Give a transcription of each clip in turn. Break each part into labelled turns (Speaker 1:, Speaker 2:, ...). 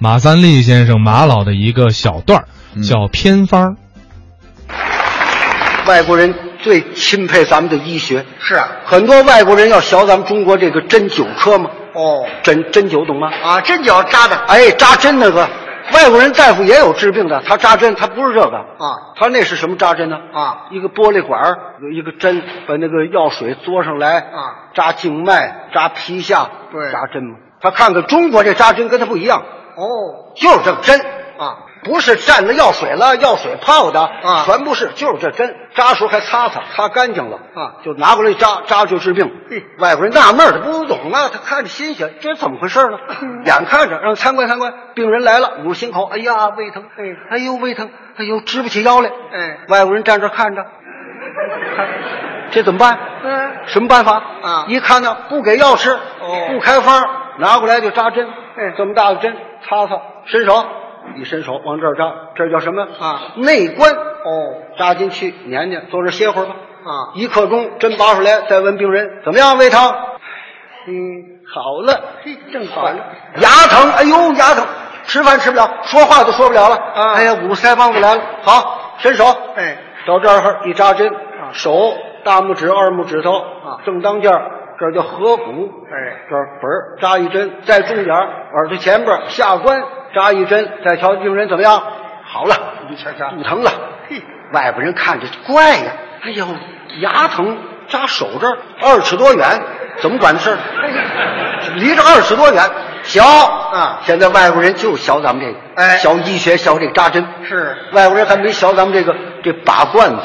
Speaker 1: 马三立先生马老的一个小段儿，叫偏方儿。
Speaker 2: 外国人最钦佩咱们的医学，
Speaker 3: 是啊，
Speaker 2: 很多外国人要学咱们中国这个针灸科嘛，
Speaker 3: 哦，
Speaker 2: 针针灸懂吗？
Speaker 3: 啊，针脚扎的
Speaker 2: 哎，扎针那个，外国人大夫也有治病的，他扎针，他不是这个
Speaker 3: 啊，
Speaker 2: 他那是什么扎针呢？
Speaker 3: 啊，
Speaker 2: 一个玻璃管儿有一个针，把那个药水嘬上来
Speaker 3: 啊，
Speaker 2: 扎静脉，扎皮下，
Speaker 3: 对
Speaker 2: 扎针嘛。他看看中国这扎针跟他不一样，
Speaker 3: 哦，
Speaker 2: 就是这个针
Speaker 3: 啊，
Speaker 2: 不是蘸了药水了，药水泡的
Speaker 3: 啊
Speaker 2: 全不是，就是这针扎时候还擦擦，擦干净了
Speaker 3: 啊
Speaker 2: 就拿过来一扎扎就治病。
Speaker 3: 嘿
Speaker 2: 外国人纳闷儿，他不懂啊，他看着新鲜，这怎么回事呢？
Speaker 3: 嗯
Speaker 2: 眼看着让参观参观，病人来了，捂住心口，哎呀胃疼，哎哎呦胃疼，哎呦直不起腰来，
Speaker 3: 哎
Speaker 2: 外国人站这儿看着，看这怎么办？
Speaker 3: 嗯，
Speaker 2: 什么办法
Speaker 3: 啊
Speaker 2: 一看呢，不给药吃，
Speaker 3: 哦
Speaker 2: 不开方，拿过来就扎针。
Speaker 3: 嗯
Speaker 2: 这么大的针，擦擦，伸手，一伸手往这儿扎，这叫什么
Speaker 3: 啊？
Speaker 2: 内关。
Speaker 3: 哦，
Speaker 2: 扎进去，粘粘，坐这儿歇会儿吧。
Speaker 3: 啊
Speaker 2: 一刻钟，针拔出来，再问病人怎么样，胃疼？嗯，好了，
Speaker 3: 嘿，正
Speaker 2: 好
Speaker 3: 好
Speaker 2: 了
Speaker 3: 了，。
Speaker 2: 牙疼，哎呦，牙疼，吃饭吃不了，说话都说不了了。
Speaker 3: 啊
Speaker 2: 哎呀，五腮帮子来了。好，伸手，
Speaker 3: 哎，
Speaker 2: 到这儿一扎针，手大拇指、二拇指头啊，正当间儿这儿叫合谷，
Speaker 3: 哎，
Speaker 2: 这儿本儿扎一针，再重点儿耳朵前边儿下关扎一针，再瞧病人怎么样？好了，
Speaker 3: 你瞧瞧
Speaker 2: 不疼了。
Speaker 3: 嘿，
Speaker 2: 外边人看着怪呀，哎呦，牙疼，扎手这儿二尺多远，怎么管的事儿？离这二尺多远，小
Speaker 3: 啊
Speaker 2: 现在外国人就学咱们这个，
Speaker 3: 哎
Speaker 2: 学医学，学这个扎针。
Speaker 3: 是
Speaker 2: 外国人还没学咱们这个这拔罐子，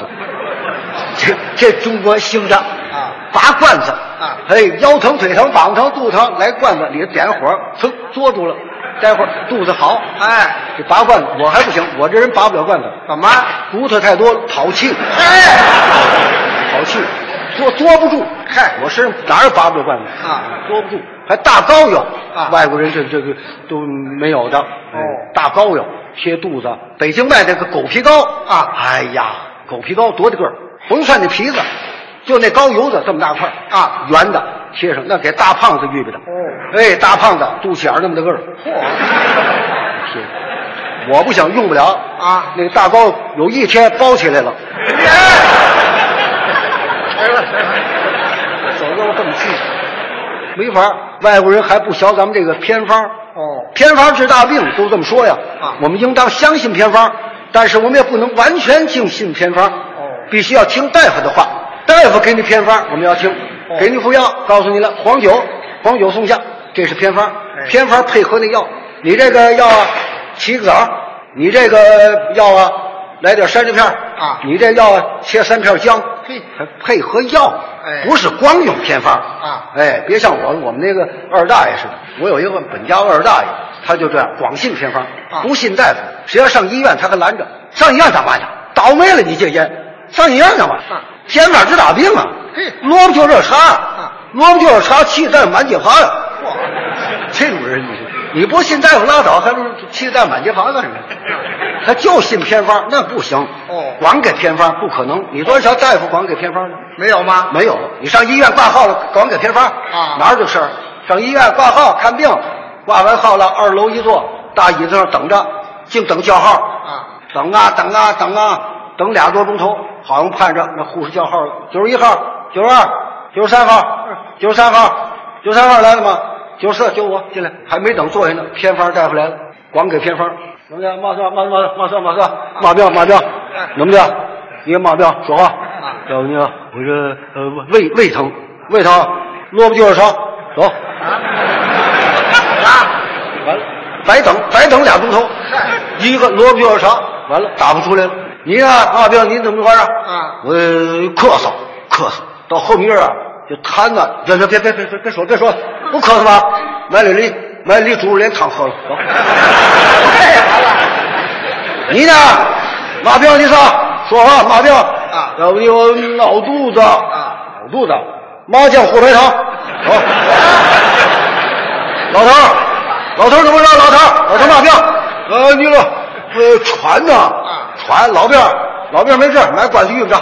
Speaker 2: 这这中国兴着
Speaker 3: 啊
Speaker 2: 拔罐子
Speaker 3: 啊
Speaker 2: 哎，腰疼、腿疼、膀子疼、肚子疼，来罐子里头点火，噌嘬住了，待会儿肚子好。
Speaker 3: 哎，
Speaker 2: 这拔罐子我还不行，我这人拔不了罐子，
Speaker 3: 怎么？
Speaker 2: 骨头太多了，跑气。
Speaker 3: 哎，
Speaker 2: 好气，捉捉不住。嗨，我身上哪有拔不了罐子
Speaker 3: 啊？
Speaker 2: 捉不住，还大膏药
Speaker 3: 啊
Speaker 2: 外国人这这个都没有的。哦大膏药贴肚子，北京卖那个狗皮膏
Speaker 3: 啊
Speaker 2: 哎呀，狗皮膏多大个儿？甭算那皮子，就那膏油子这么大块儿
Speaker 3: 啊，
Speaker 2: 圆的贴上，那给大胖子预备的。
Speaker 3: 哦
Speaker 2: 哎，大胖子肚脐眼儿那么大个儿。
Speaker 3: 嚯，
Speaker 2: 贴，我不想用不了
Speaker 3: 啊
Speaker 2: 那个大膏有一天包起来了。手都这么细，没法儿。外国人还不学咱们这个偏方儿
Speaker 3: 哦
Speaker 2: 偏方治大病都这么说呀。
Speaker 3: 啊
Speaker 2: 我们应当相信偏方，但是我们也不能完全净信偏方。
Speaker 3: 哦
Speaker 2: 必须要听大夫的话，大夫给你偏方，我们要听，
Speaker 3: 哦
Speaker 2: 给你副药，告诉你了，黄酒，黄酒送下，这是偏方
Speaker 3: 哎，
Speaker 2: 偏方配合那药，你这个药啊，起个枣儿，你这个药啊，来点山楂片儿
Speaker 3: 啊
Speaker 2: 你这药啊，切三片姜，
Speaker 3: 嘿
Speaker 2: 还配合药，
Speaker 3: 哎
Speaker 2: 不是光用偏方
Speaker 3: 啊
Speaker 2: 哎，别像我我们那个二大爷似的，我有一个本家二大爷，他就这样，光信偏方，
Speaker 3: 啊
Speaker 2: 不信大夫，谁要上医院他还拦着，上医院干嘛去？倒霉了你戒烟，上医院干嘛？
Speaker 3: 啊
Speaker 2: 偏哪治大病啊
Speaker 3: 嘿？
Speaker 2: 萝卜就这茬
Speaker 3: 啊，
Speaker 2: 萝卜就这茬，气弹满街爬呀！
Speaker 3: 嚯，
Speaker 2: 这种人，你你不信大夫拉倒，还不如气弹满街 爬干什么？他就信偏方，那不行。
Speaker 3: 哦
Speaker 2: 光给偏方不可能。你多少大夫光给偏方呢？
Speaker 3: 没有吗？
Speaker 2: 没有了，你上医院挂号了，光给偏方
Speaker 3: 啊
Speaker 2: 哪有这事儿？上医院挂号看病，挂完号了，二楼一坐，大椅子上等着，净等叫号
Speaker 3: 啊，
Speaker 2: 等啊等啊等啊，等俩多钟头，好像盼着那护士叫号了，九十一号、九十二、九十三号、九十三号、九十三号来了吗？九十四、九五进来，还没等坐下呢，偏方大夫来了，光给偏方，能不能？马上马上马上马上马彪马彪
Speaker 3: 哎，
Speaker 2: 能不能？你马彪说话。
Speaker 3: 啊
Speaker 2: 要不那个，我这呃胃胃疼，胃疼，萝卜就要烧，走。啊，完了，白等白等俩钟头，一个萝卜就要烧，完了打不出来了。你啊，阿彪，你怎么回事？
Speaker 3: 啊
Speaker 2: 我咳嗽咳嗽，到后面啊就痰呐，别别别别别别别说别说，不咳嗽吧？买点梨，买梨煮连汤喝了， 走。你呢？马彪，你说说话，马彪
Speaker 3: 啊
Speaker 2: 要不我闹肚子
Speaker 3: 啊，
Speaker 2: 闹肚子，麻将火腿汤，走。老头儿，老头儿怎么着？老头儿，老头儿马彪，呃，你了，呃，船呢？
Speaker 3: 啊
Speaker 2: 船，老辫儿，老辫儿没事儿，买管子用着。